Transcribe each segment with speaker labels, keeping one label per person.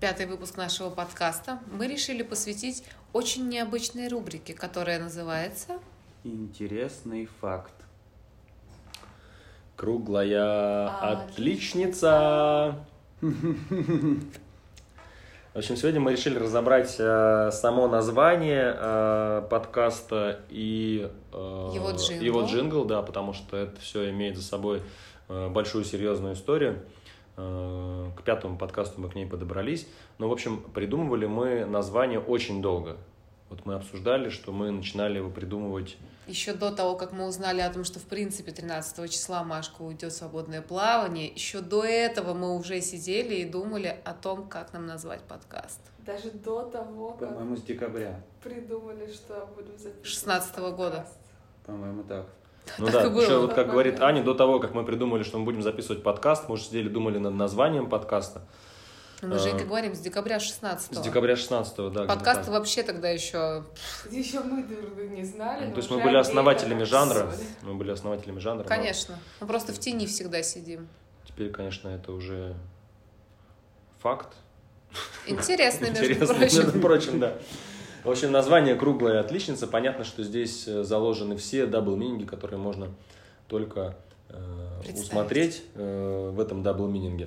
Speaker 1: пятый выпуск нашего подкаста мы решили посвятить очень необычной рубрике, которая называется
Speaker 2: Интересный факт.
Speaker 3: Круглая
Speaker 1: А,
Speaker 3: отличница. В общем, сегодня мы решили разобрать э, само название э, подкаста и э,
Speaker 1: Его джингл.
Speaker 3: его джингл, да, потому что это все имеет за собой э, большую серьезную историю. Э, к пятому подкасту мы к ней подобрались. Но, в общем, придумывали мы название очень долго. Вот мы обсуждали, что мы начинали его придумывать
Speaker 1: еще до того, как мы узнали о том, что в принципе 13 числа Машка уйдет в свободное плавание, еще до этого мы уже сидели и думали о том, как нам назвать подкаст.
Speaker 4: Даже до того, как
Speaker 2: По-моему, с декабря.
Speaker 4: придумали, что будем записывать.
Speaker 1: 16-го года.
Speaker 4: подкаст.
Speaker 2: По-моему, так.
Speaker 3: Ну
Speaker 1: Так
Speaker 3: да,
Speaker 1: и было.
Speaker 3: еще вот как говорит Аня, до того, как мы придумали, что мы будем записывать подкаст, мы уже сидели, думали над названием подкаста.
Speaker 1: Ну, Мы же
Speaker 3: А.
Speaker 1: как говорим, с декабря
Speaker 3: С
Speaker 1: 16
Speaker 3: декабря 16 да. где-то
Speaker 1: Подкаст
Speaker 3: так.
Speaker 1: вообще тогда еще
Speaker 4: Еще мы друг друга не знали.
Speaker 3: Ну,
Speaker 4: но
Speaker 3: То есть мы
Speaker 4: уже
Speaker 3: были
Speaker 4: о ней
Speaker 3: основателями жанра.
Speaker 4: рассказывали.
Speaker 3: Мы были основателями жанра. но
Speaker 1: Конечно. Мы просто в тени всегда сидим.
Speaker 3: Теперь, конечно, это уже факт.
Speaker 1: Интересно, между
Speaker 3: Интересно, Ну, между
Speaker 1: прочим.
Speaker 3: прочим, да. В общем, название «Круглая отличница». Понятно, что здесь э, заложены все дабл-мининги, которые можно только э,
Speaker 1: Представить.
Speaker 3: усмотреть э, в этом дабл-мининге.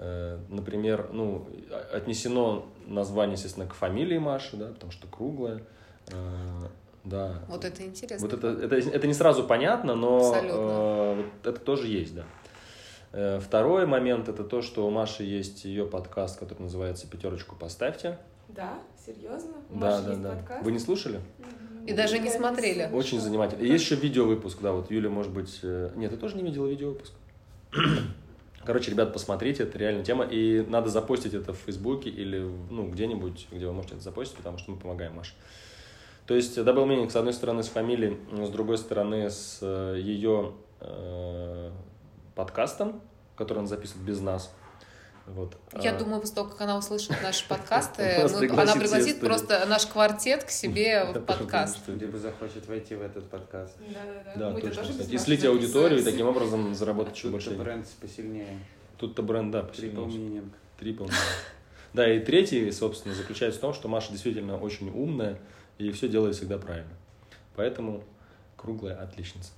Speaker 3: Э, например, ну, а- отнесено название, естественно, к фамилии Маши, да, потому что круглая. Э, да.
Speaker 1: Вот это интересно.
Speaker 3: Вот это, это, это не сразу понятно, но
Speaker 1: Абсолютно.
Speaker 3: э, вот это тоже есть, да. Э, Второй момент это то, что у Маши есть ее подкаст, который называется Пятерочку поставьте.
Speaker 4: Да, серьезно? У
Speaker 3: да,
Speaker 4: Маши
Speaker 3: да,
Speaker 4: есть
Speaker 3: да.
Speaker 4: подкаст?
Speaker 3: Вы не слушали?
Speaker 4: Мгм.
Speaker 1: И даже не
Speaker 4: Я
Speaker 1: смотрели.
Speaker 4: слышала.
Speaker 3: Очень занимательно. И есть еще видеовыпуск, да, вот Юля, может быть... э, Нет, ты тоже не видела видеовыпуск? Короче, ребят, посмотрите, это реально тема, и надо запостить это в Фейсбуке или, ну, где-нибудь, где вы можете это запостить, потому что мы помогаем Маше. То есть э, double meaning, с одной стороны, с фамилией, м, с другой стороны, с э, ее э, подкастом, который он записывает без нас. Вот.
Speaker 1: Я
Speaker 3: А,
Speaker 1: думаю, после того, как она услышит наши подкасты,
Speaker 3: Нас
Speaker 1: мы-
Speaker 3: пригласит
Speaker 1: она
Speaker 3: в
Speaker 1: пригласит
Speaker 3: студию.
Speaker 1: просто наш квартет к себе
Speaker 3: Да,
Speaker 1: в подкаст.
Speaker 3: потому что-
Speaker 2: Либо захочет войти в этот подкаст.
Speaker 4: Да, да, да.
Speaker 3: Да,
Speaker 4: Мы-то
Speaker 3: точно,
Speaker 4: тоже
Speaker 3: кстати.
Speaker 4: без
Speaker 3: И
Speaker 4: Маши
Speaker 3: слить аудиторию, и
Speaker 4: записывались.
Speaker 3: таким образом заработать еще
Speaker 2: Тут
Speaker 3: больше
Speaker 2: же
Speaker 3: денег.
Speaker 2: бренд посильнее.
Speaker 3: Тут-то бренд, да,
Speaker 2: Трипл
Speaker 3: посильнее.
Speaker 2: мининг.
Speaker 3: Три, по-моему. Да, и третий, собственно, заключается в том, что Маша действительно очень умная и все делает всегда правильно. Поэтому круглая отличница.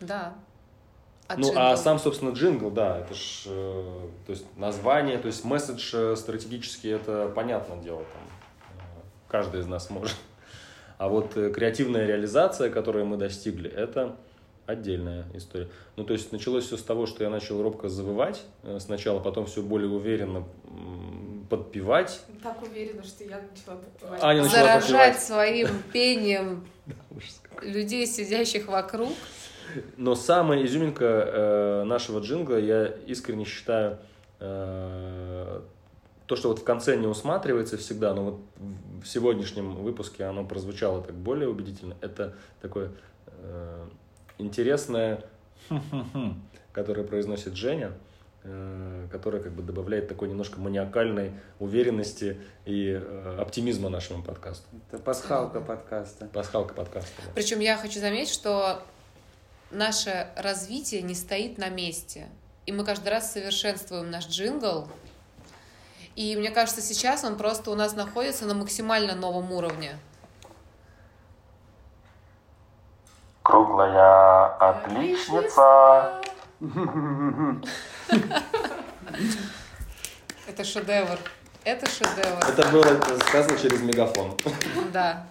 Speaker 1: Да. От
Speaker 3: ну,
Speaker 1: джингла.
Speaker 3: а сам, собственно, джингл, да, это ж, э, то есть название, то есть месседж э, стратегически, это понятное дело, там, э, каждый из нас может. А вот э, креативная реализация, которую мы достигли, это отдельная история. Ну, то есть началось все с того, что я начал робко завывать э, сначала, потом все более уверенно м, подпевать,
Speaker 4: Так уверена, что я начала подпевать.
Speaker 3: Аня начала
Speaker 1: Заражать
Speaker 3: подпевать.
Speaker 1: своим пением
Speaker 3: Ужас какой.
Speaker 1: людей, сидящих вокруг.
Speaker 3: Но самая изюминка э, нашего джингла, я искренне считаю, э, то, что вот в конце не усматривается всегда, но вот в- в сегодняшнем выпуске оно прозвучало так более убедительно, это такое э, интересное «хм-хм-хм», которое произносит Женя, э, которое как бы добавляет такой немножко маниакальной уверенности и э, оптимизма нашему подкасту.
Speaker 2: Это пасхалка подкаста.
Speaker 3: Пасхалка подкаста. да.
Speaker 1: Причем я хочу заметить, что наше развитие не стоит на месте. И мы каждый раз совершенствуем наш джингл. И мне кажется, сейчас он просто у нас находится на максимально новом уровне.
Speaker 3: Круглая
Speaker 4: отличница.
Speaker 1: Это шедевр. Это шедевр,
Speaker 3: Это было сказано через мегафон.
Speaker 1: да.